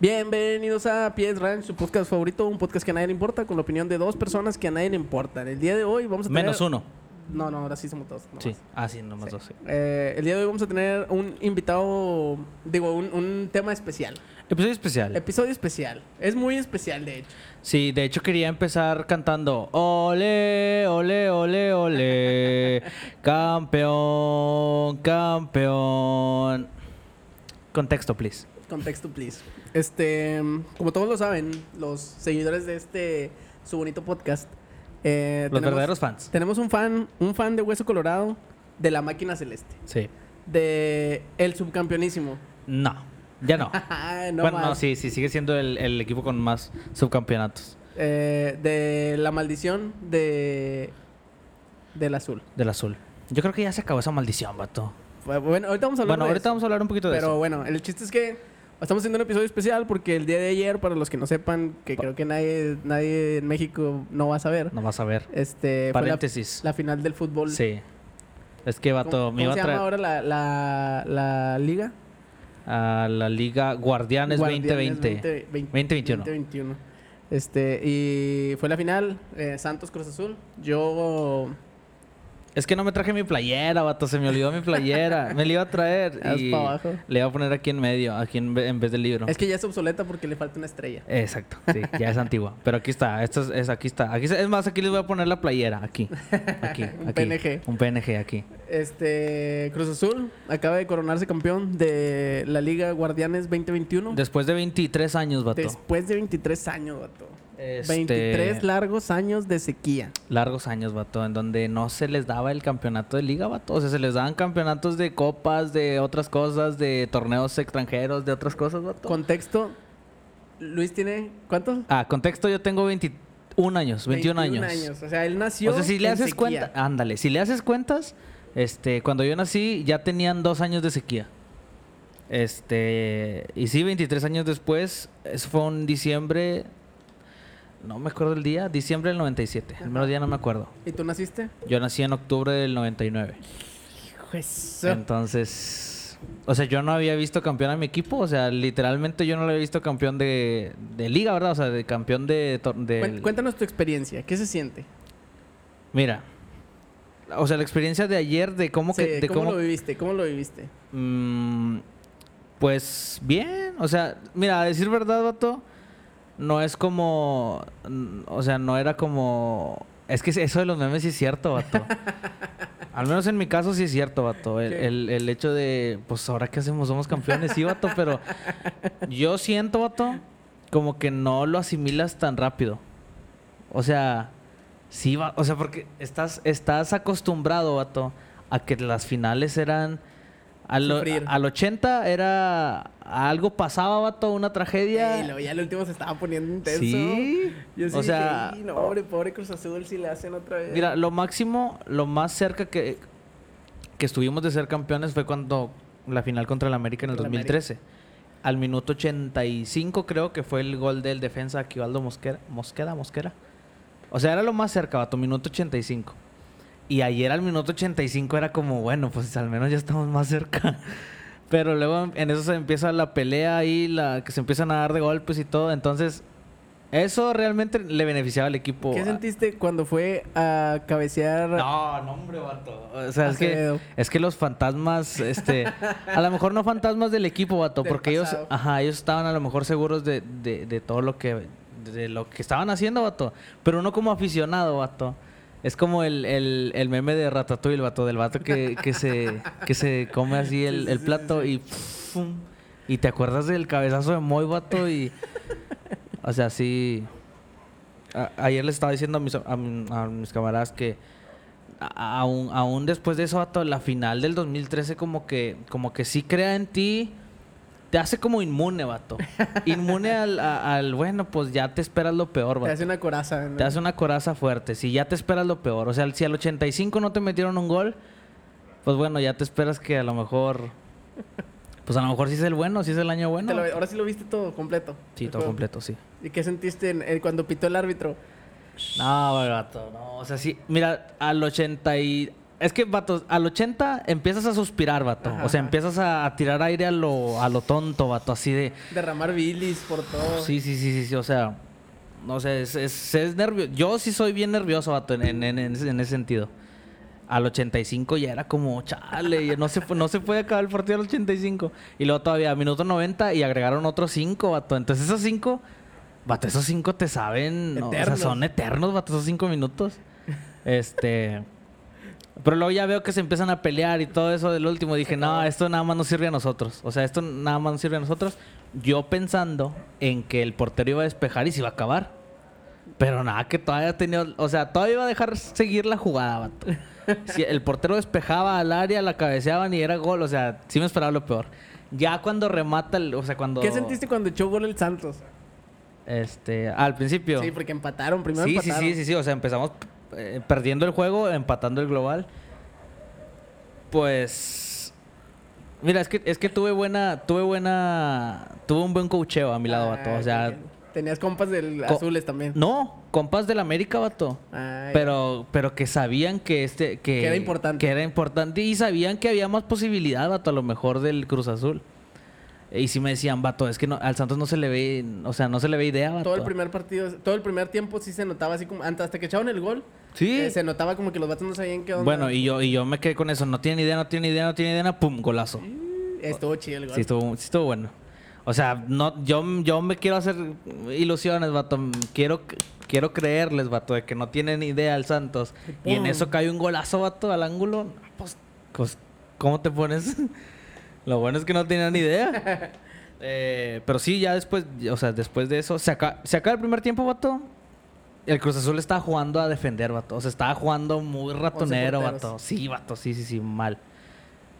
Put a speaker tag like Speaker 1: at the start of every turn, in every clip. Speaker 1: Bienvenidos a Pies Ranch, su podcast favorito, un podcast que a nadie le importa, con la opinión de dos personas que a nadie le importan. El día de hoy vamos a tener...
Speaker 2: Menos uno.
Speaker 1: No, no, ahora sí somos Pues dos. nomás.
Speaker 2: Sí. Ah, sí, nomás
Speaker 1: Sí.
Speaker 2: dos. sí.
Speaker 1: Eh, el día de hoy vamos a tener un invitado, digo, un, un tema especial.
Speaker 2: Episodio especial.
Speaker 1: Episodio especial. Es muy especial, de hecho.
Speaker 2: sí, de hecho quería empezar cantando Ole, ole, ole, ole. campeón, campeón. Contexto, please.
Speaker 1: Contexto, please. Este, como todos lo saben, los seguidores de este, su bonito podcast. eh,
Speaker 2: Los verdaderos fans.
Speaker 1: Tenemos un fan, un fan de Hueso Colorado, de la máquina celeste,
Speaker 2: Sí.
Speaker 1: de el subcampeonísimo.
Speaker 2: No, ya no.
Speaker 1: Ah, no
Speaker 2: bueno, no,
Speaker 1: más.
Speaker 2: sí, sí, sigue siendo el, el equipo con más subcampeonatos
Speaker 1: Eh, de la maldición de del azul.
Speaker 2: del azul. Yo creo que ya se acabó esa maldición, vato.
Speaker 1: Bueno, ahorita vamos a hablar
Speaker 2: Bueno,
Speaker 1: de
Speaker 2: ahorita
Speaker 1: eso.
Speaker 2: vamos a hablar un poquito de
Speaker 1: Pero
Speaker 2: eso.
Speaker 1: bueno, el chiste es que estamos haciendo un episodio especial porque el día de ayer, para los que no sepan, que creo que nadie, nadie en México no va a saber,
Speaker 2: No vas a ver.
Speaker 1: este, fue la,
Speaker 2: Paréntesis.
Speaker 1: la final del fútbol.
Speaker 2: Sí. Es que,
Speaker 1: ¿Cómo,
Speaker 2: vato,
Speaker 1: cómo
Speaker 2: me iba a
Speaker 1: se
Speaker 2: traer...
Speaker 1: llama ahora la, la, la liga?
Speaker 2: a la Liga Guardianes,
Speaker 1: Guardianes
Speaker 2: 2020.
Speaker 1: 20,
Speaker 2: 2021.
Speaker 1: 2021. Este, y fue la final, eh, Santos Cruz Azul. Yo...
Speaker 2: Es que no me traje mi playera, vato. Se me olvidó mi playera. me la iba a traer.
Speaker 1: Haz
Speaker 2: y
Speaker 1: pa' abajo.
Speaker 2: Le iba a poner aquí en medio, aquí en, ve- en vez del libro.
Speaker 1: Es que ya es obsoleta porque le falta una estrella.
Speaker 2: Exacto, sí, ya es antigua. Pero aquí está, esto es, es- aquí está. Aquí, se- es más, aquí les voy a poner la playera, aquí. aquí,
Speaker 1: Un
Speaker 2: aquí.
Speaker 1: PNG.
Speaker 2: Un PNG aquí.
Speaker 1: Este, Cruz Azul acaba de coronarse campeón de la Liga Guardianes 2021.
Speaker 2: Después de 23 años, vato.
Speaker 1: Después de 23 años, vato.
Speaker 2: Este-
Speaker 1: 23 largos años de sequía.
Speaker 2: Largos años, vato, en donde no se les daba el campeonato de liga, vato. O sea, se les daban campeonatos de copas, de otras cosas, de torneos extranjeros, de otras cosas, vato.
Speaker 1: Contexto, Luis tiene, ¿cuántos?
Speaker 2: Ah, contexto, yo tengo 21 años, 21, años.
Speaker 1: O sea, él nació
Speaker 2: O sea, si le
Speaker 1: en
Speaker 2: haces
Speaker 1: sequía.
Speaker 2: cuenta, ah. ándale, si le haces cuentas, este, cuando yo nací ya tenían dos años de sequía. Este, y sí, 23 años después, eso fue un diciembre, no me acuerdo el día, diciembre del 97, el mero día no me acuerdo.
Speaker 1: ¿Y tú naciste?
Speaker 2: Yo nací en octubre del 99. Entonces, o sea, yo no había visto campeón a mi equipo, o sea, literalmente yo no lo había visto campeón de, de liga, ¿verdad? O sea, de campeón de... tor- del-
Speaker 1: Cuen- Cuéntanos tu experiencia, ¿qué se siente?
Speaker 2: Mira, o sea, la experiencia de ayer de cómo
Speaker 1: Sí,
Speaker 2: que, de
Speaker 1: ¿Cómo
Speaker 2: cómo,
Speaker 1: lo viviste? ¿Cómo lo viviste?
Speaker 2: Mm, pues bien, o sea, mira, a decir verdad, vato, no es como, mm, o sea, no era como, es que eso de los memes sí es cierto, vato. Al menos en mi caso sí es cierto, vato. El,
Speaker 1: ¿Qué?
Speaker 2: el- el hecho de, pues ahora qué hacemos, somos campeones, sí, vato, pero yo siento, vato, como que no lo asimilas tan rápido. O sea, sí, va, o sea, porque estás, estás acostumbrado, vato, a que las finales eran... Al,
Speaker 1: Sufrir.
Speaker 2: al 80 era algo pasaba, vato, una
Speaker 1: Ey,
Speaker 2: tragedia.
Speaker 1: luego ya el último se estaba poniendo intenso.
Speaker 2: sí.
Speaker 1: Yo sí
Speaker 2: o sea,
Speaker 1: dije, "Ey, no, pobre, pobre Cruz Azul si le hacen otra vez.
Speaker 2: Mira, lo máximo, lo más cerca que, que estuvimos de ser campeones fue cuando la final contra el América en el
Speaker 1: Contra el América.
Speaker 2: 2013. Al minuto 85 creo que fue el gol del defensa Aquivaldo Mosquera. Mosquera, Mosquera. O sea, era lo más cerca, vato, minuto 85. Y ayer al minuto 85 era como, bueno, pues al menos ya estamos más cerca. Pero luego en- en eso se empieza la pelea y la, que se empiezan a dar de golpes y todo. Entonces, eso realmente le beneficiaba al equipo.
Speaker 1: ¿Qué
Speaker 2: Ah,
Speaker 1: sentiste cuando fue a cabecear?
Speaker 2: no, no, hombre, vato. O sea, es que,
Speaker 1: Acevedo.
Speaker 2: es que los fantasmas, este, a lo mejor no fantasmas del equipo, vato,
Speaker 1: Del
Speaker 2: porque ellos,
Speaker 1: pasado.
Speaker 2: ajá, ellos estaban a lo mejor seguros de, de, de todo lo que, de lo que estaban haciendo, vato. Pero uno como aficionado, vato. Es como el, el, el meme de Ratatouille, vato, del vato que, que se, que se come así
Speaker 1: Sí,
Speaker 2: el,
Speaker 1: sí,
Speaker 2: el
Speaker 1: sí,
Speaker 2: plato y pum, y te acuerdas del cabezazo de Moy, vato, y... O sea, sí... A- ayer les estaba diciendo a mis, a, mi- a mis camaradas que a- aún, aún después de eso, vato, la final del 2013 como que, como que sí crea en ti, te hace como inmune, vato. Inmune al, a- al, bueno, pues ya te esperas lo peor,
Speaker 1: Te
Speaker 2: vato.
Speaker 1: hace una coraza. ¿no?
Speaker 2: Te hace una coraza fuerte. Si ya te esperas lo peor. O sea, si al 85 no te metieron un gol, pues bueno, ya te esperas que a lo mejor. Pues a lo mejor sí es el bueno, sí es el año bueno.
Speaker 1: Te lo- ahora sí lo viste todo completo.
Speaker 2: Sí,
Speaker 1: El
Speaker 2: todo
Speaker 1: juego.
Speaker 2: completo, sí.
Speaker 1: ¿Y qué sentiste en- eh, en cuando pitó el árbitro?
Speaker 2: No, güey, vato, no. O sea, sí. Mira, al 80 y... Es que, vato, al 80 empiezas a suspirar, vato.
Speaker 1: Ajá,
Speaker 2: o sea,
Speaker 1: ajá.
Speaker 2: empiezas a, a tirar aire a lo, a lo tonto, vato. Así de.
Speaker 1: Derramar bilis por todo.
Speaker 2: Pues Sí, sí, sí, sí, sí. O sea, no sé, es, es, es nervio- Yo sí soy bien nervioso, vato, en, en- en- en ese, en ese sentido. Al 85 ya era como, chale, ya no se, pu- no se puede acabar el partido al 85. Y luego todavía, minuto 90 y agregaron otros 5, vato. Entonces esos 5, vato, esos 5 te saben, no, o sea,
Speaker 1: Eternos.
Speaker 2: son eternos, vato, esos 5 minutos. Este. Pero luego ya veo que se empiezan a pelear y todo eso del último. Dije, no, esto nada más nos sirve a nosotros. O sea, esto nada más nos sirve a nosotros. Yo pensando en que el portero iba a despejar y se iba a acabar. Pero nada, que todavía tenía... O sea, todavía iba a dejar seguir la jugada, vato. Si el portero despejaba al área, la cabeceaban y era gol. O sea, sí me esperaba lo peor. Ya cuando remata, el- o sea, cuando...
Speaker 1: ¿Qué sentiste cuando echó gol el Santos?
Speaker 2: Este, al principio.
Speaker 1: Sí, porque empataron. Primero
Speaker 2: Sí, sí,
Speaker 1: empataron.
Speaker 2: sí, sí, sí. O sea, empezamos eh, perdiendo el juego, empatando el global. Pues. Mira, es que, es que tuve buena. Tuve buena. Tuve un buen cocheo a mi lado, vato. O sea.
Speaker 1: Ah, Tenías compas del
Speaker 2: co-
Speaker 1: azules también.
Speaker 2: No, compas del América, vato.
Speaker 1: Ah, ya.
Speaker 2: Pero, pero que sabían que este. Que,
Speaker 1: Que era importante.
Speaker 2: Que era importante. Y sabían que había más posibilidad, vato, a lo mejor del Cruz Azul. Y sí me decían, vato, es que no- al Santos no se le ve. O sea, no se le ve idea, vato.
Speaker 1: Todo el primer partido, todo el primer tiempo sí se notaba así como. Hasta hasta que echaron el gol.
Speaker 2: Sí.
Speaker 1: eh, se notaba como que los vatos no sabían qué onda.
Speaker 2: Bueno, y yo, y yo me quedé con eso. No tiene idea, no tiene idea, no tiene idea. Pum, golazo.
Speaker 1: Estuvo chido el gol.
Speaker 2: Sí estuvo, sí estuvo bueno. O sea, no, yo, yo me quiero hacer ilusiones, vato. Quiero, quiero creerles, vato, de que no tienen idea el Santos. Y en
Speaker 1: Pum.
Speaker 2: eso cae un golazo, vato, al ángulo. No, Pues, pues, ¿cómo te pones? Lo bueno es que no tenían idea. Eh, pero sí, ya después, o sea, después de eso, se acaba, se acaba el primer tiempo, vato. El Cruz Azul estaba jugando a defender, vato. O sea, estaba jugando muy ratonero,
Speaker 1: porteros.
Speaker 2: vato. Sí, vato, sí, sí, sí, mal.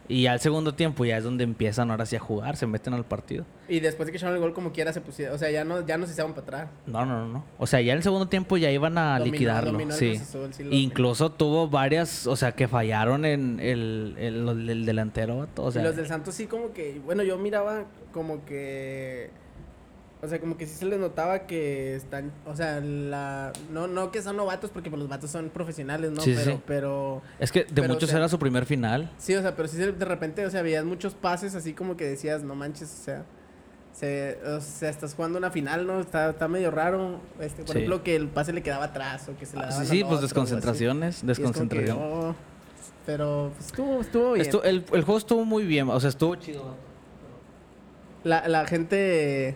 Speaker 2: Y al segundo tiempo ya es donde empiezan ahora sí a jugar, se meten al partido.
Speaker 1: Y después de que echaron el gol, como quiera se pusieron. O sea, ya no, ya no se echaban para atrás.
Speaker 2: No, no, no, no. O sea, ya en el segundo tiempo ya iban a
Speaker 1: Dominó-
Speaker 2: liquidarlo.
Speaker 1: dominó el
Speaker 2: sí.
Speaker 1: Cruz Azul, sí lo dominó.
Speaker 2: Incluso tuvo varias, o sea, que fallaron en el, el- el- el delantero, vato. O sea,
Speaker 1: y los del Santos sí como que, bueno, yo miraba como que, o sea, como que sí se les notaba que están, o sea, la, no, no que son novatos porque pues, los vatos son profesionales, ¿no?
Speaker 2: Sí, sí,
Speaker 1: pero,
Speaker 2: sí.
Speaker 1: pero,
Speaker 2: es que de
Speaker 1: pero, o
Speaker 2: muchos
Speaker 1: sea-
Speaker 2: era su primer final.
Speaker 1: sí, o sea, pero sí se- de repente, o sea, veías muchos pases así como que decías, no manches, o sea, se, o sea, estás jugando una final, ¿no? Está, está medio raro, este, por
Speaker 2: Sí.
Speaker 1: ejemplo, que el pase le quedaba atrás o que se la
Speaker 2: Ah,
Speaker 1: daban al
Speaker 2: sí, sí,
Speaker 1: otro, o
Speaker 2: pues
Speaker 1: así.
Speaker 2: desconcentraciones,
Speaker 1: Y es como que,
Speaker 2: desconcentración.
Speaker 1: oh, pero pues, estuvo, estuvo bien.
Speaker 2: Estu- el, el juego estuvo muy bien, o sea, estuvo chido. vato.
Speaker 1: La, la gente.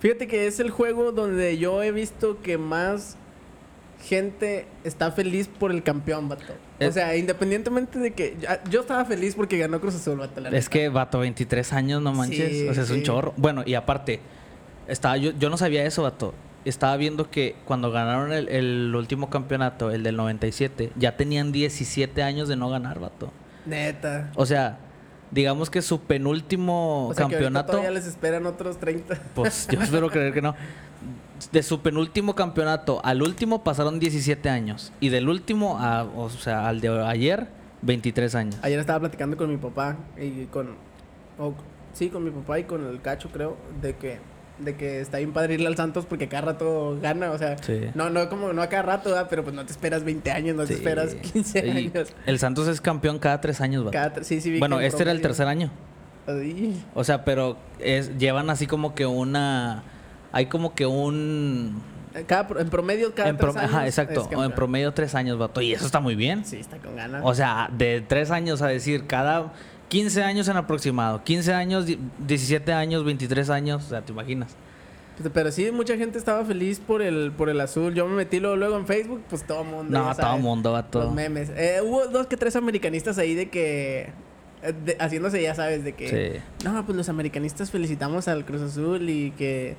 Speaker 1: Fíjate que es el juego donde yo he visto que más gente está feliz por el campeón, vato. O
Speaker 2: Es-
Speaker 1: sea, independientemente de que. ya- Yo estaba feliz porque ganó Cruz Azul, vato. la
Speaker 2: Es
Speaker 1: neta.
Speaker 2: que, vato, 23 años, no manches.
Speaker 1: Sí,
Speaker 2: o sea, es
Speaker 1: sí.
Speaker 2: un chorro. Bueno, y aparte, estaba, yo, yo no sabía eso, vato. Estaba viendo que cuando ganaron el, el último campeonato, el del 97, ya tenían 17 años de no ganar, vato.
Speaker 1: Neta.
Speaker 2: O sea, digamos que su penúltimo
Speaker 1: O sea, que ahorita
Speaker 2: campeonato.
Speaker 1: todavía les esperan otros 30.
Speaker 2: Pues yo espero creer que no. De su penúltimo campeonato al último pasaron 17 años. Y del último, a- o sea, al de ayer, 23 años.
Speaker 1: Ayer estaba platicando con mi papá y con. o- sí, con mi papá y con el cacho, creo, de que. De que está bien padre irle al Santos porque cada rato gana, o sea,
Speaker 2: Sí.
Speaker 1: no, no como no a cada rato, ¿verdad? pero pues no te esperas 20 años, no te
Speaker 2: Sí.
Speaker 1: esperas 15
Speaker 2: Y
Speaker 1: años.
Speaker 2: El Santos es campeón cada tres años, vato.
Speaker 1: Cada tre- sí, sí, vi
Speaker 2: Bueno,
Speaker 1: que
Speaker 2: este era el
Speaker 1: promedio-
Speaker 2: tercer año.
Speaker 1: Ay,
Speaker 2: O sea, pero es, llevan así como que una. Hay como que un.
Speaker 1: cada pro- en promedio, cada
Speaker 2: en
Speaker 1: tres
Speaker 2: prom- ajá,
Speaker 1: años
Speaker 2: exacto.
Speaker 1: es
Speaker 2: o
Speaker 1: campeón.
Speaker 2: en promedio tres años, vato. Y eso está muy bien.
Speaker 1: Sí, está con ganas.
Speaker 2: O sea, de tres años a decir, cada 15 años en aproximado. 15 años, di- 17 años, 23 años. O sea, te imaginas.
Speaker 1: Pues, Pero sí, mucha gente estaba feliz por el, por el azul. Yo me metí luego, luego en Facebook, pues todo el mundo.
Speaker 2: No,
Speaker 1: ya
Speaker 2: todo
Speaker 1: sabes,
Speaker 2: mundo, vato.
Speaker 1: Los memes. Eh, hubo dos que tres americanistas ahí de que. eh, de- haciéndose, ya sabes, de que.
Speaker 2: Sí.
Speaker 1: No, pues los americanistas felicitamos al Cruz Azul y que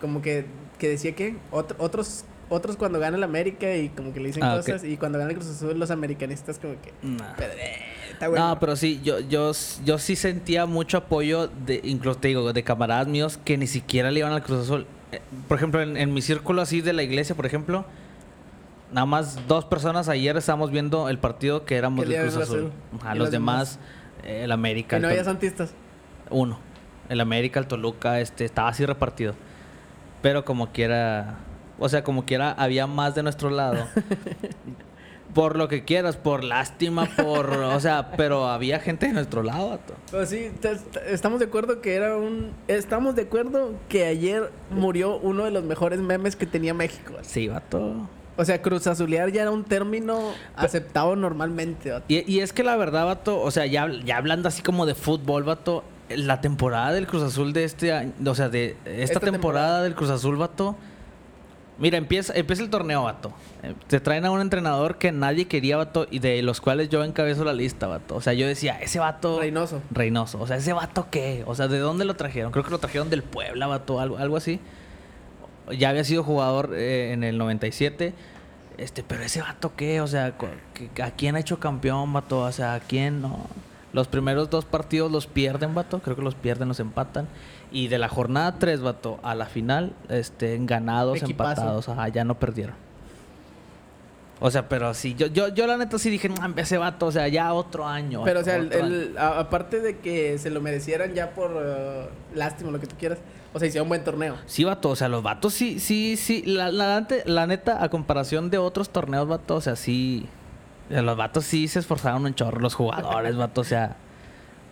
Speaker 1: como que, que decía que ot- otros otros cuando gana el América y como que le dicen
Speaker 2: Ah, ok.
Speaker 1: cosas y cuando gana el Cruz Azul los americanistas como que
Speaker 2: Nah.
Speaker 1: está bueno.
Speaker 2: No, pero sí, yo, yo, s- yo sí sentía mucho apoyo, de, incluso te digo, de camaradas míos que ni siquiera le iban al Cruz Azul. Eh, Por ejemplo, en, en mi círculo así de la iglesia, por ejemplo, nada más dos personas ayer estábamos viendo el partido que éramos
Speaker 1: Que le
Speaker 2: del
Speaker 1: iban
Speaker 2: Cruz
Speaker 1: al Azul.
Speaker 2: Azul. A
Speaker 1: Y
Speaker 2: los
Speaker 1: los
Speaker 2: demás, eh, el América.
Speaker 1: que no
Speaker 2: el
Speaker 1: había
Speaker 2: Tol-
Speaker 1: santistas.
Speaker 2: uno. El América, el Toluca, este, estaba así repartido. Pero como quiera, o sea, como quiera, había más de nuestro lado. Por lo que quieras, por lástima, por. O sea, pero había gente de nuestro lado, vato.
Speaker 1: Pero sí, te- te- estamos de acuerdo que era un... Estamos de acuerdo que ayer murió uno de los mejores memes que tenía México.
Speaker 2: Sí, vato.
Speaker 1: O sea, Cruz Azulear ya era un término aceptado normalmente. vato.
Speaker 2: Y, y es que la verdad, vato, o sea, ya, ya hablando así como de fútbol, vato, la temporada del Cruz Azul de este año, o sea, de esta,
Speaker 1: Esta
Speaker 2: temporada,
Speaker 1: temporada.
Speaker 2: del Cruz Azul, vato. Mira, empieza, empieza el torneo, vato. Eh, Te traen a un entrenador que nadie quería, vato, y de los cuales yo encabezo la lista, vato. O sea, yo decía, ese vato.
Speaker 1: Reynoso.
Speaker 2: Reynoso. O sea, ese vato qué? O sea, ¿de dónde lo trajeron? Creo que lo trajeron del Puebla, vato, algo, algo así. Ya había sido jugador eh, en el 97. Este, pero ese vato qué? O sea, cu- que- ¿a quién ha hecho campeón, vato? O sea, ¿a quién no? Los primeros dos partidos los pierden, vato. Creo que los pierden, los empatan. Y de la jornada 3, vato, a la final, este, ganados,
Speaker 1: Equipazo.
Speaker 2: empatados. Ajá, ya no perdieron. O sea, pero sí, yo, yo, yo la neta sí dije, "Mam, ese vato, o sea, ya otro año.
Speaker 1: Pero, o
Speaker 2: vato,
Speaker 1: sea, el-
Speaker 2: otro año".
Speaker 1: el- a- aparte de que se lo merecieran ya por eh, lástima, lo que tú quieras, o sea, hicieron un buen torneo.
Speaker 2: Sí, vato, o sea, los vatos sí, sí, sí. La, la, ante- la neta, a comparación de otros torneos, vato, o sea, sí. o sea, Los vatos sí se esforzaron un chorro, los jugadores, vato, o sea.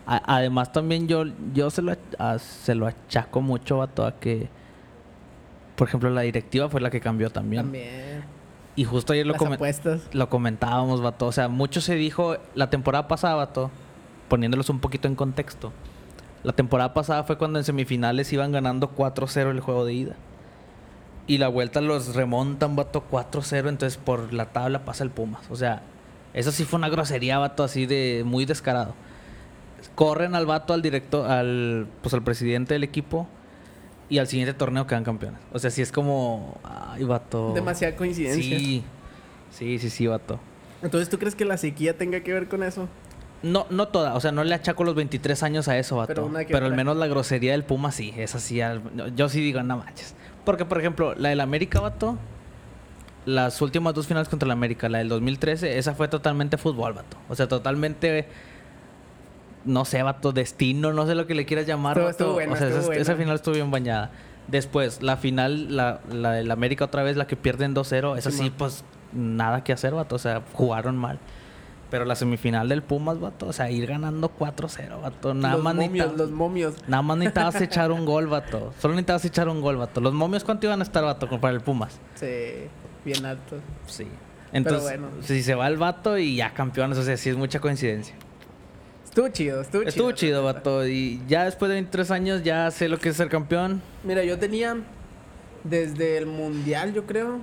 Speaker 2: a- además, también yo, yo se, lo, ach- a- se lo achaco mucho, vato, a que. Por ejemplo, la directiva fue la que cambió también.
Speaker 1: También.
Speaker 2: Y justo ayer lo,
Speaker 1: Las
Speaker 2: comen-
Speaker 1: apuestas.
Speaker 2: lo comentábamos, vato. O sea, mucho se dijo la temporada pasada, vato, poniéndolos un poquito en contexto. La temporada pasada fue cuando en semifinales iban ganando 4-0 el juego de ida. Y la vuelta los remontan, vato, 4-0. Entonces por la tabla pasa el Pumas. O sea, eso sí fue una grosería, vato, así de muy descarado. Corren al vato, al director, al, pues, al presidente del equipo. Y al siguiente torneo quedan campeones. O sea, sí es como. Ay, vato.
Speaker 1: Demasiada coincidencia.
Speaker 2: Oh. Sí, sí, sí, sí, vato.
Speaker 1: Entonces, ¿tú crees que la sequía tenga que ver con eso?
Speaker 2: No, no toda, o sea, no le achaco los 23 años a eso, vato.
Speaker 1: Pero
Speaker 2: Pero,
Speaker 1: una que
Speaker 2: al
Speaker 1: otra.
Speaker 2: menos la grosería del Puma sí, es así. Yo sí digo, no manches. Porque, por ejemplo, la del América, vato, las últimas dos finales contra el América, la del 2013, esa fue totalmente fútbol, vato. O sea, totalmente, no sé, vato, destino, no sé lo que le quieras llamar,
Speaker 1: Estuvo-
Speaker 2: vato.
Speaker 1: estuvo buena,
Speaker 2: o sea, esa,
Speaker 1: estuvo buena.
Speaker 2: esa final estuvo bien bañada. Después, la final, la, la del América otra vez, la que pierden 2-0, esa sí,
Speaker 1: Simón.
Speaker 2: pues nada que hacer, vato. O sea, jugaron mal. Pero la semifinal del Pumas, vato, o sea, ir ganando 4-0, vato. Nada
Speaker 1: los
Speaker 2: más
Speaker 1: momios,
Speaker 2: necesitabas-
Speaker 1: los momios.
Speaker 2: Nada más necesitabas echar un gol, vato. Solo necesitabas echar un gol, vato. ¿Los momios cuánto iban a estar, vato, con- para el Pumas?
Speaker 1: Sí, bien alto.
Speaker 2: Sí. Entonces,
Speaker 1: bueno.
Speaker 2: si se va el vato y ya campeones, o sea, sí es mucha coincidencia.
Speaker 1: Estuvo chido, estuvo chido.
Speaker 2: Estuvo
Speaker 1: la
Speaker 2: chido,
Speaker 1: neta.
Speaker 2: vato. Y ya después de 23 años ya sé lo que es ser campeón.
Speaker 1: Mira, yo tenía desde el mundial, yo creo.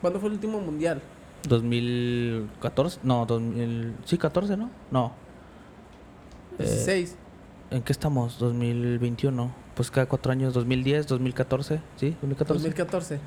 Speaker 1: ¿Cuándo fue el último mundial?
Speaker 2: 2014, no, 2000, sí, 14, ¿no? No. Eh,
Speaker 1: 16.
Speaker 2: ¿En qué estamos? 2021. Pues cada cuatro años, 2010, 2014, ¿sí? 2014.
Speaker 1: 2014.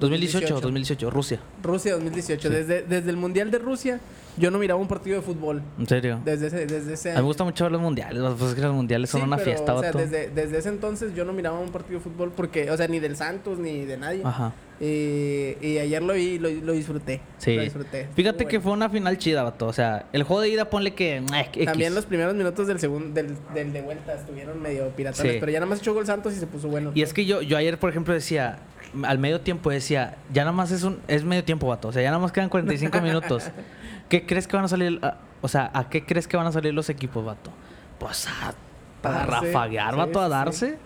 Speaker 2: 2018, 2018, Rusia.
Speaker 1: Rusia 2018.
Speaker 2: Sí.
Speaker 1: Desde, desde el mundial de Rusia, yo no miraba un partido de fútbol.
Speaker 2: En serio.
Speaker 1: Desde ese, desde ese
Speaker 2: A mí me
Speaker 1: año.
Speaker 2: gusta mucho ver los mundiales. vato, Pues es que los mundiales son
Speaker 1: Sí,
Speaker 2: una
Speaker 1: pero,
Speaker 2: fiesta,
Speaker 1: o sea,
Speaker 2: vato.
Speaker 1: desde, desde ese entonces yo no miraba un partido de fútbol porque, o sea, ni del Santos ni de nadie.
Speaker 2: Ajá.
Speaker 1: Y, y ayer lo vi y lo, lo disfruté.
Speaker 2: Sí.
Speaker 1: Lo disfruté. Estuvo
Speaker 2: Fíjate que
Speaker 1: bueno.
Speaker 2: fue una final chida, vato. O sea, el juego de ida ponle que... eh, X.
Speaker 1: También los primeros minutos del segundo del, del de vuelta estuvieron medio piratones,
Speaker 2: Sí.
Speaker 1: pero ya nada más echó gol Santos y se puso bueno.
Speaker 2: Y es que yo, yo ayer, por ejemplo, decía... Al medio tiempo decía... Ya nada más es un... Es medio tiempo, vato. O sea, ya nada más quedan 45 minutos. ¿Qué crees que van a salir? a- o sea, ¿a qué crees que van a salir los equipos, vato? Pues a...
Speaker 1: A
Speaker 2: Para
Speaker 1: darse.
Speaker 2: rafaguear,
Speaker 1: Sí,
Speaker 2: vato, a
Speaker 1: sí, sí.
Speaker 2: darse.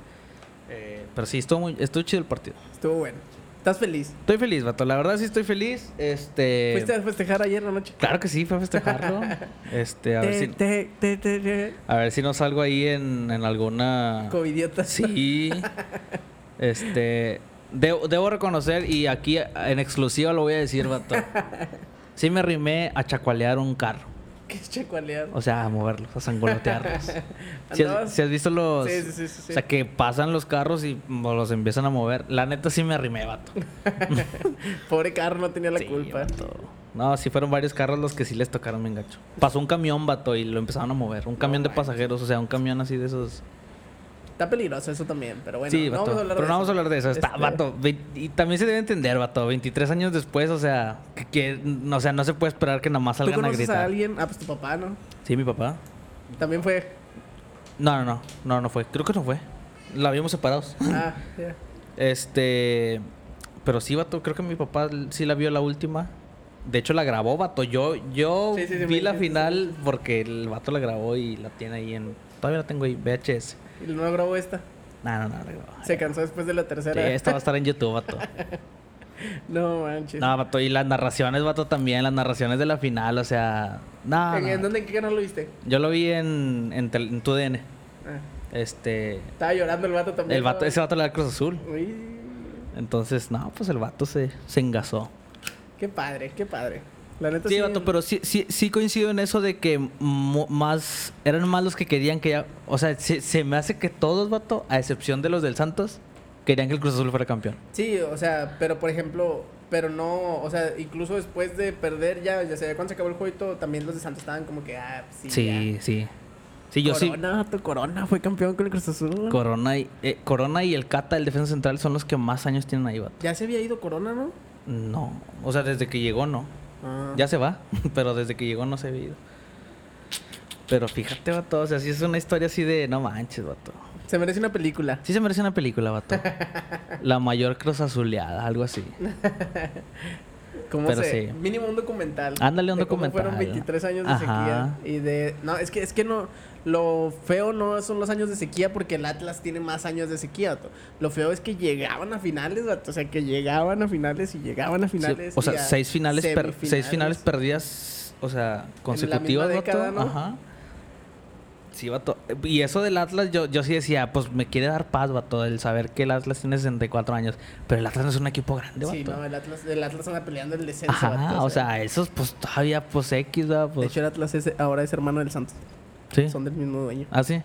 Speaker 2: Eh, pero sí, estuvo, muy, estuvo chido el partido.
Speaker 1: Estuvo bueno. ¿Estás feliz?
Speaker 2: Estoy feliz, vato. La verdad sí estoy feliz. Este...
Speaker 1: ¿Fuiste a festejar ayer en la noche?
Speaker 2: Claro que sí, fue a festejarlo. Este, a ver si,
Speaker 1: Te, te, te, te,
Speaker 2: a ver si no salgo ahí en, en alguna.
Speaker 1: Covidiota.
Speaker 2: Ah. Sí. Este. de- debo reconocer, y aquí en exclusiva lo voy a decir, vato. Sí me arrimé a chacualear un carro.
Speaker 1: Qué chacualear.
Speaker 2: O sea, a moverlos, a sangolotearlos. Si has,
Speaker 1: Andabas-
Speaker 2: si has visto los.
Speaker 1: Sí, sí, sí, sí, sí.
Speaker 2: O sea, que pasan los carros y mm, los empiezan a mover. La neta sí me arrimé, vato.
Speaker 1: Pobre carro no tenía la
Speaker 2: Sí,
Speaker 1: culpa.
Speaker 2: vato. No, sí fueron varios carros los que sí les tocaron bien gacho. Pasó un camión, vato, y lo empezaron a mover. Un camión de pasajeros, o sea, un camión así de esos.
Speaker 1: Está peligroso eso también, pero bueno,
Speaker 2: sí,
Speaker 1: no
Speaker 2: vato.
Speaker 1: vamos a hablar
Speaker 2: Pero
Speaker 1: de
Speaker 2: no vamos a hablar de eso. Está,
Speaker 1: Este-
Speaker 2: vato. ve- Y también se debe entender, vato. 23 años después, o sea, que, que- o sea, no se puede esperar que nomás
Speaker 1: ¿Tú
Speaker 2: salgan a
Speaker 1: conoces a,
Speaker 2: gritar.
Speaker 1: alguien? Ah, pues tu papá, ¿no?
Speaker 2: sí, mi papá.
Speaker 1: También fue.
Speaker 2: No, no, no. No, no fue. Creo que no fue. La habíamos separados.
Speaker 1: Ah, ya.
Speaker 2: Este. Pero sí, vato, creo que mi papá sí la vio la última. De hecho, la grabó, vato. Yo, yo
Speaker 1: Sí, sí, sí, me
Speaker 2: vi la
Speaker 1: dijiste,
Speaker 2: final porque el vato la grabó y la tiene ahí en. Todavía la tengo ahí, VHS.
Speaker 1: Y no grabó esta.
Speaker 2: No, no, no, la grabó.
Speaker 1: Se cansó después de la
Speaker 2: Sí, este.
Speaker 1: tercera.
Speaker 2: esta va a estar en YouTube, vato.
Speaker 1: No manches.
Speaker 2: No, vato, y las narraciones, vato, también, las narraciones de la final, o sea. No,
Speaker 1: ¿En,
Speaker 2: no.
Speaker 1: en dónde en qué canal lo viste?
Speaker 2: Yo lo vi en, en, tel- en tu DN.
Speaker 1: Ah,
Speaker 2: Este.
Speaker 1: estaba llorando el vato también.
Speaker 2: El vato,
Speaker 1: ¿no?
Speaker 2: ese vato le da el Cruz Azul.
Speaker 1: Uy,
Speaker 2: Entonces, no, pues el vato se, se engasó.
Speaker 1: qué padre, qué padre. La neta
Speaker 2: Sí, vato, pero sí, sí, sí coincido en eso de que mu- más eran más los que querían que ya. O sea, se, se me hace que todos, vato, a excepción de los del Santos, querían que el Cruz Azul fuera campeón.
Speaker 1: Sí, o sea, pero por ejemplo, pero no, o sea, incluso después de perder ya, ya se cuando se acabó el juego y todo, también los de Santos estaban como que, ah, sí.
Speaker 2: Sí, sí. Sí,
Speaker 1: ya.
Speaker 2: yo sí.
Speaker 1: Corona, tu Corona fue campeón con el Cruz Azul.
Speaker 2: Corona y, eh, Corona y el Cata, el defensa central, son los que más años tienen ahí, vato.
Speaker 1: ya se había ido Corona, ¿no?
Speaker 2: No. O sea, desde que llegó, no.
Speaker 1: Ah.
Speaker 2: Ya se va, pero desde que llegó no se ha ido. Pero fíjate, vato, o sea, sí es una historia así de no manches, vato.
Speaker 1: Se merece una película.
Speaker 2: Sí se merece una película, vato. La mayor cruz azuleada, algo así.
Speaker 1: ¿Cómo
Speaker 2: Pero
Speaker 1: se?
Speaker 2: sí.
Speaker 1: Mínimo un documental.
Speaker 2: Ándale, un
Speaker 1: de cómo Fueron
Speaker 2: documental.
Speaker 1: 23 años de
Speaker 2: Ajá.
Speaker 1: sequía. Y de. No, es que, es que no. Lo feo no son los años de sequía porque el Atlas tiene más años de sequía. vato. Lo feo es que llegaban a finales, vato, o sea, que llegaban a finales y llegaban a
Speaker 2: Sí,
Speaker 1: finales.
Speaker 2: o sea,
Speaker 1: y a
Speaker 2: seis finales, per- seis
Speaker 1: semifinales.
Speaker 2: finales perdidas, o sea,
Speaker 1: misma
Speaker 2: consecutivas, vato.
Speaker 1: década, ¿no?
Speaker 2: Ajá. Sí, vato. Y eso del Atlas, yo, yo sí decía, pues me quiere dar paz, vato, el saber que el Atlas tiene 64 años. Pero el Atlas no es un equipo grande, vato.
Speaker 1: Sí, no, el Atlas, el Atlas anda peleando el descenso.
Speaker 2: Ajá,
Speaker 1: vato,
Speaker 2: o sea, esos pues todavía pues X, ¿verdad?
Speaker 1: De
Speaker 2: Pues,
Speaker 1: hecho, el Atlas es- ahora es hermano del Santos.
Speaker 2: sí.
Speaker 1: Son del mismo dueño.
Speaker 2: Ah, sí.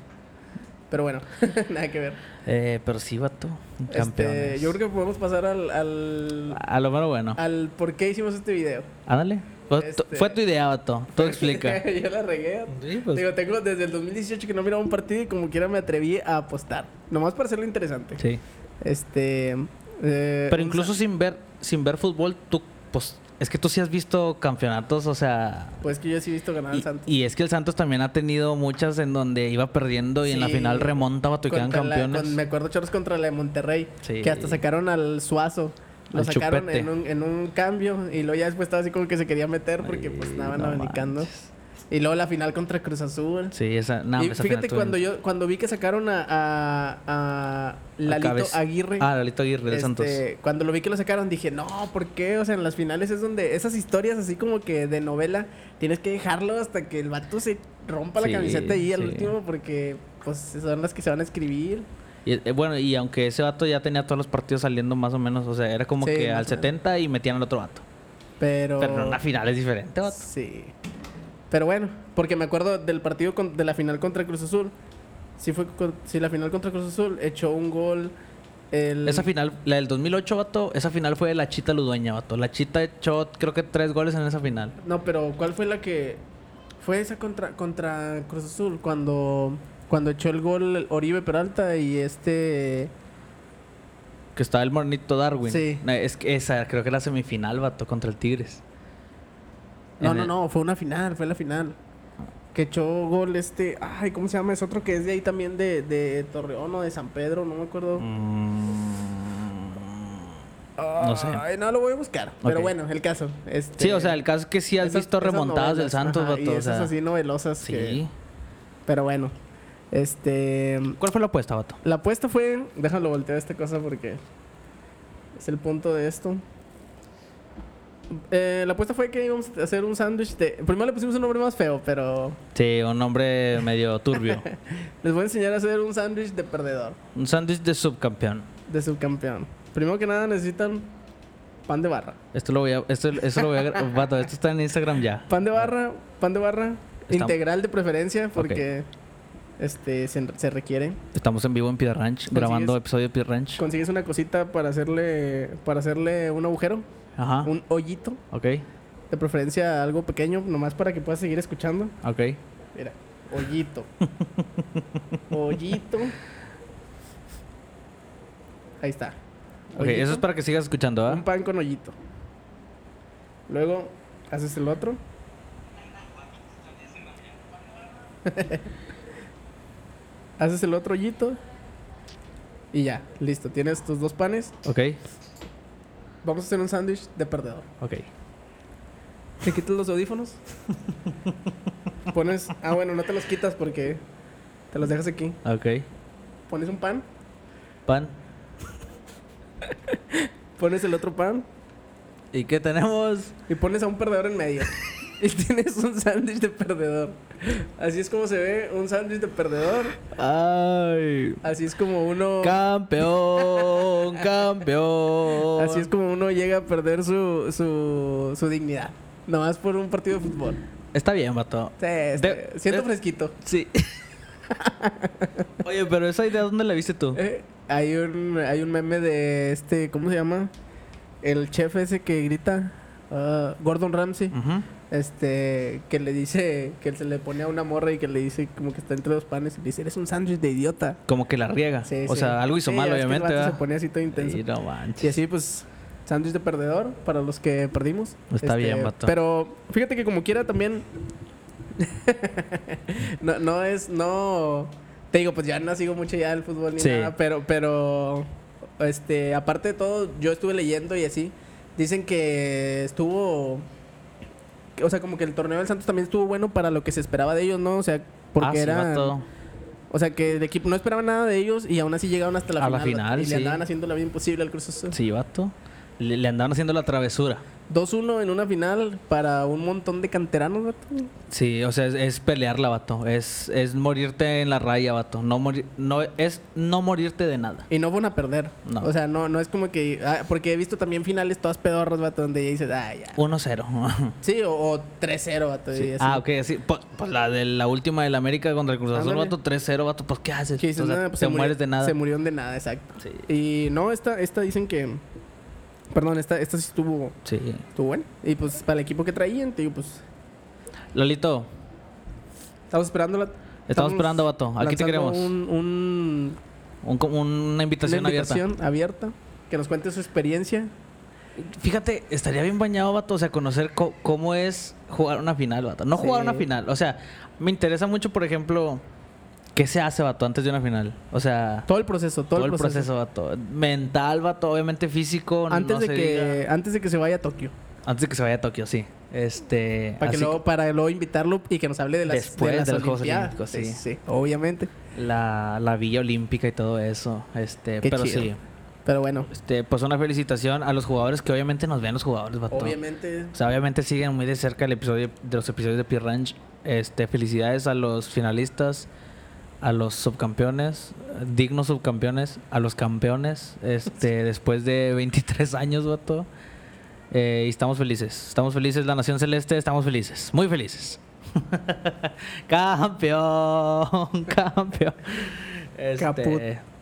Speaker 1: Pero bueno, nada que ver.
Speaker 2: Eh, pero sí, vato. Campeones.
Speaker 1: Este, yo creo que podemos pasar al. al,
Speaker 2: A lo menos bueno.
Speaker 1: al por qué hicimos este video.
Speaker 2: Ándale. Pues, tu-
Speaker 1: Este-
Speaker 2: Fue tu idea, vato. Tú explica.
Speaker 1: Yo la regué.
Speaker 2: sí, pues.
Speaker 1: Digo, tengo desde el 2018 que no miraba un partido y como quiera me atreví a apostar. Nomás para hacerlo interesante.
Speaker 2: sí.
Speaker 1: Este. eh,
Speaker 2: Pero
Speaker 1: un
Speaker 2: incluso
Speaker 1: sa-
Speaker 2: sin ver, sin ver fútbol, tú, pues, es que tú sí has visto campeonatos, o sea.
Speaker 1: Pues que yo sí he visto ganar
Speaker 2: Y,
Speaker 1: al Santos.
Speaker 2: y es que el Santos también ha tenido muchas en donde iba perdiendo y en la
Speaker 1: Sí.
Speaker 2: final remonta, vato, y quedan
Speaker 1: Contra la-
Speaker 2: campeones.
Speaker 1: con- me acuerdo Choros contra la de Monterrey.
Speaker 2: Sí.
Speaker 1: Que hasta sacaron al Suazo. Lo
Speaker 2: Al
Speaker 1: sacaron
Speaker 2: Chupete.
Speaker 1: en un, en un cambio y luego ya después estaba así como que se quería meter porque pues
Speaker 2: Ay,
Speaker 1: estaban
Speaker 2: no
Speaker 1: abanicando.
Speaker 2: manches.
Speaker 1: Y luego la final contra Cruz Azul.
Speaker 2: Sí, esa. no,
Speaker 1: y
Speaker 2: esa final
Speaker 1: fíjate
Speaker 2: estuvo
Speaker 1: cuando
Speaker 2: bien.
Speaker 1: yo cuando vi que sacaron a, a, a Lalito
Speaker 2: Cabez-
Speaker 1: Aguirre.
Speaker 2: Ah, Lalito Aguirre del Santos.
Speaker 1: Este, Cuando lo vi que lo sacaron, dije, no, ¿por qué? O sea, en las finales es donde esas historias así como que de novela, tienes que dejarlo hasta que el vato se rompa
Speaker 2: Sí,
Speaker 1: la camiseta y al
Speaker 2: sí.
Speaker 1: último, porque pues son las que se van a escribir.
Speaker 2: Y, eh, bueno, y aunque ese vato ya tenía todos los partidos saliendo más o menos, o sea, era como
Speaker 1: Sí,
Speaker 2: que
Speaker 1: más
Speaker 2: al
Speaker 1: o menos.
Speaker 2: 70 y metían al otro vato.
Speaker 1: Pero.
Speaker 2: Pero en una final es diferente, vato.
Speaker 1: Sí. Pero bueno, porque me acuerdo del partido con- de la final contra Cruz Azul. Si fue con- sí, la final contra Cruz Azul echó un gol. El,
Speaker 2: Esa final, la del 2008, vato, esa final fue de la Chita Ludueña, vato. La Chita echó, creo que tres goles en esa final.
Speaker 1: No, pero ¿cuál fue la que fue esa contra contra Cruz Azul cuando cuando echó el gol Oribe Peralta y este
Speaker 2: Que estaba el Mornito Darwin.
Speaker 1: Sí.
Speaker 2: No, Es que esa, creo que era semifinal, vato, contra el Tigres.
Speaker 1: No,
Speaker 2: En
Speaker 1: no,
Speaker 2: el-
Speaker 1: no, fue una final, fue la final. Que echó gol este, ay, ¿cómo se llama? Es otro que es de ahí también de, de Torreón o de San Pedro, no me acuerdo.
Speaker 2: Mm. no sé.
Speaker 1: Ay, no lo voy a buscar, pero
Speaker 2: Ok.
Speaker 1: bueno, el caso. Este,
Speaker 2: Sí, o sea, el caso es que sí has
Speaker 1: esas-
Speaker 2: visto
Speaker 1: esas
Speaker 2: remontadas del
Speaker 1: novelas,
Speaker 2: Santos,
Speaker 1: ajá,
Speaker 2: vato.
Speaker 1: y
Speaker 2: o
Speaker 1: esas
Speaker 2: sea,
Speaker 1: así novelosas
Speaker 2: sí.
Speaker 1: que- pero bueno. Este,
Speaker 2: ¿Cuál fue la apuesta, vato?
Speaker 1: La apuesta fue. Déjalo voltear esta cosa porque. Es el punto de esto. Eh, la apuesta fue que íbamos a hacer un sándwich de. Primero le pusimos un nombre más feo, pero.
Speaker 2: Sí, un nombre medio turbio.
Speaker 1: Les voy a enseñar a hacer un sándwich de perdedor,
Speaker 2: un sándwich de subcampeón.
Speaker 1: de subcampeón. Primero que nada necesitan pan de barra.
Speaker 2: Esto lo voy a. Esto, esto lo voy a. gra- Vato, esto está en Instagram ya.
Speaker 1: Pan de barra, pan de barra,
Speaker 2: Está-
Speaker 1: integral de preferencia, porque este se, se requiere.
Speaker 2: Estamos en vivo en Pied Ranch, grabando episodio de Pied Ranch.
Speaker 1: Consigues una cosita para hacerle, para hacerle un agujero,
Speaker 2: Ajá.
Speaker 1: un hoyito.
Speaker 2: Ok,
Speaker 1: De preferencia algo pequeño, nomás para que puedas seguir escuchando.
Speaker 2: ok.
Speaker 1: Mira, hoyito. hoyito. Ahí está.
Speaker 2: Ok, eso es
Speaker 1: Hoyito,
Speaker 2: para que sigas escuchando,
Speaker 1: Un
Speaker 2: ¿ah?
Speaker 1: pan con hoyito. Luego haces el otro. haces el otro hoyito. Y ya, listo. Tienes tus dos panes.
Speaker 2: Ok,
Speaker 1: Vamos a hacer un sándwich de perdedor.
Speaker 2: ok.
Speaker 1: Te quitas los audífonos. Pones. Ah, bueno, no te los quitas porque te los dejas aquí.
Speaker 2: Ok.
Speaker 1: Pones un pan.
Speaker 2: Pan.
Speaker 1: Pones el otro pan.
Speaker 2: ¿Y qué tenemos?
Speaker 1: Y pones a un perdedor en medio. Y tienes un sándwich de perdedor. Así es como se ve un sándwich de perdedor.
Speaker 2: Ay.
Speaker 1: Así es como uno.
Speaker 2: Campeón, campeón.
Speaker 1: Así es como uno llega a perder su, su, su dignidad. Nomás por un partido de fútbol.
Speaker 2: Está bien, vato.
Speaker 1: Sí, este,
Speaker 2: De-
Speaker 1: siento
Speaker 2: de-
Speaker 1: fresquito.
Speaker 2: Sí. Oye, pero esa idea, ¿dónde la viste tú?
Speaker 1: Eh, hay, un, hay un meme de este, ¿cómo se llama? El chef ese que grita, ah, Gordon Ramsay,
Speaker 2: Ujú.
Speaker 1: este, que le dice, que se le pone a una morra y que le dice como que está entre los panes y le dice, eres un sándwich de idiota.
Speaker 2: Como que la riega.
Speaker 1: Sí,
Speaker 2: o
Speaker 1: sí.
Speaker 2: sea, algo hizo
Speaker 1: Sí,
Speaker 2: mal,
Speaker 1: ya ves que el
Speaker 2: obviamente.
Speaker 1: vato
Speaker 2: ¿verdad?
Speaker 1: se pone así todo intenso.
Speaker 2: Sí, no
Speaker 1: Y
Speaker 2: manches.
Speaker 1: así, pues, sándwich de perdedor para los que perdimos. Este,
Speaker 2: Está bien, vato.
Speaker 1: Pero fíjate que como quiera también... no, no es, no... Te digo, pues ya no sigo mucho ya el fútbol ni
Speaker 2: Sí.
Speaker 1: nada, pero, pero, este, aparte de todo, yo estuve leyendo y así. Dicen que estuvo... O sea, como que el torneo del Santos también estuvo bueno para lo que se esperaba de ellos, ¿no? O sea,
Speaker 2: Ah,
Speaker 1: porque
Speaker 2: sí,
Speaker 1: era...
Speaker 2: vato.
Speaker 1: O sea, que el equipo no esperaba nada de ellos y aún así llegaron hasta la
Speaker 2: A la
Speaker 1: final.
Speaker 2: final,
Speaker 1: y
Speaker 2: sí.
Speaker 1: le andaban haciendo la vida imposible al Cruz Azul.
Speaker 2: Sí, vato. Le, le andaban haciendo la travesura.
Speaker 1: 2-1 en una final para un montón de canteranos, vato.
Speaker 2: Sí, o sea, es, es pelearla, vato. Es, es morirte en la raya, vato. No morir, no, es no morirte de nada.
Speaker 1: Y no van a perder.
Speaker 2: No.
Speaker 1: O sea, no, no es como que. ah, porque he visto también finales todas pedorras, vato, donde ya dices, ah, ya.
Speaker 2: 1-0.
Speaker 1: Sí, o, o 3-0, vato. y
Speaker 2: Sí.
Speaker 1: así.
Speaker 2: Ah, ok, sí. Pues, pues la de la última del América contra el Cruz Azul,
Speaker 1: Ándale.
Speaker 2: vato, 3-0, vato, pues ¿qué haces?
Speaker 1: Que dices,
Speaker 2: O sea,
Speaker 1: "Nah, pues
Speaker 2: te
Speaker 1: se murió-
Speaker 2: mueres de nada.
Speaker 1: Se murieron de nada, exacto.
Speaker 2: Sí.
Speaker 1: Y no, esta, esta dicen que. Perdón, esta, esta sí estuvo,
Speaker 2: Sí.
Speaker 1: estuvo buena. Y pues para el equipo que traían, te digo, pues.
Speaker 2: Lolito,
Speaker 1: Estamos esperando la.
Speaker 2: estamos, esperando, vato. Aquí te
Speaker 1: lanzando
Speaker 2: queremos.
Speaker 1: Un, un-
Speaker 2: Un- como una invitación,
Speaker 1: una invitación abierta. Que nos cuente su experiencia.
Speaker 2: abierta. Fíjate, estaría bien bañado, vato, o sea, conocer co- cómo es jugar una final, vato. No jugar
Speaker 1: Sí.
Speaker 2: una final, o sea, me interesa mucho, por ejemplo, qué se hace, vato, antes de una final. O sea,
Speaker 1: Todo el proceso, todo, el proceso.
Speaker 2: vato. Mental, vato, obviamente físico.
Speaker 1: antes
Speaker 2: no
Speaker 1: de
Speaker 2: se
Speaker 1: que
Speaker 2: diga.
Speaker 1: antes de que se vaya a Tokio
Speaker 2: Antes de que se vaya a Tokio, sí. Este.
Speaker 1: para que
Speaker 2: así
Speaker 1: luego para luego invitarlo y que nos hable de las
Speaker 2: Después
Speaker 1: de las
Speaker 2: de los Juegos
Speaker 1: Olimpiadas.
Speaker 2: Olímpicos, sí.
Speaker 1: obviamente
Speaker 2: la, la Villa Olímpica y todo eso. Este,
Speaker 1: Qué
Speaker 2: pero
Speaker 1: chido.
Speaker 2: sí.
Speaker 1: pero bueno
Speaker 2: Este, pues una felicitación a los jugadores que obviamente nos ven los jugadores, vato.
Speaker 1: obviamente
Speaker 2: O sea, obviamente siguen muy de cerca el episodio de los episodios de P Ranch. Este, felicidades a los finalistas, a los subcampeones, eh, dignos subcampeones, a los campeones, este, después de 23 años, vato. Eh, y estamos felices, estamos felices, la Nación Celeste, estamos felices, muy felices. campeón, Este, campeón. Este,
Speaker 1: Caput.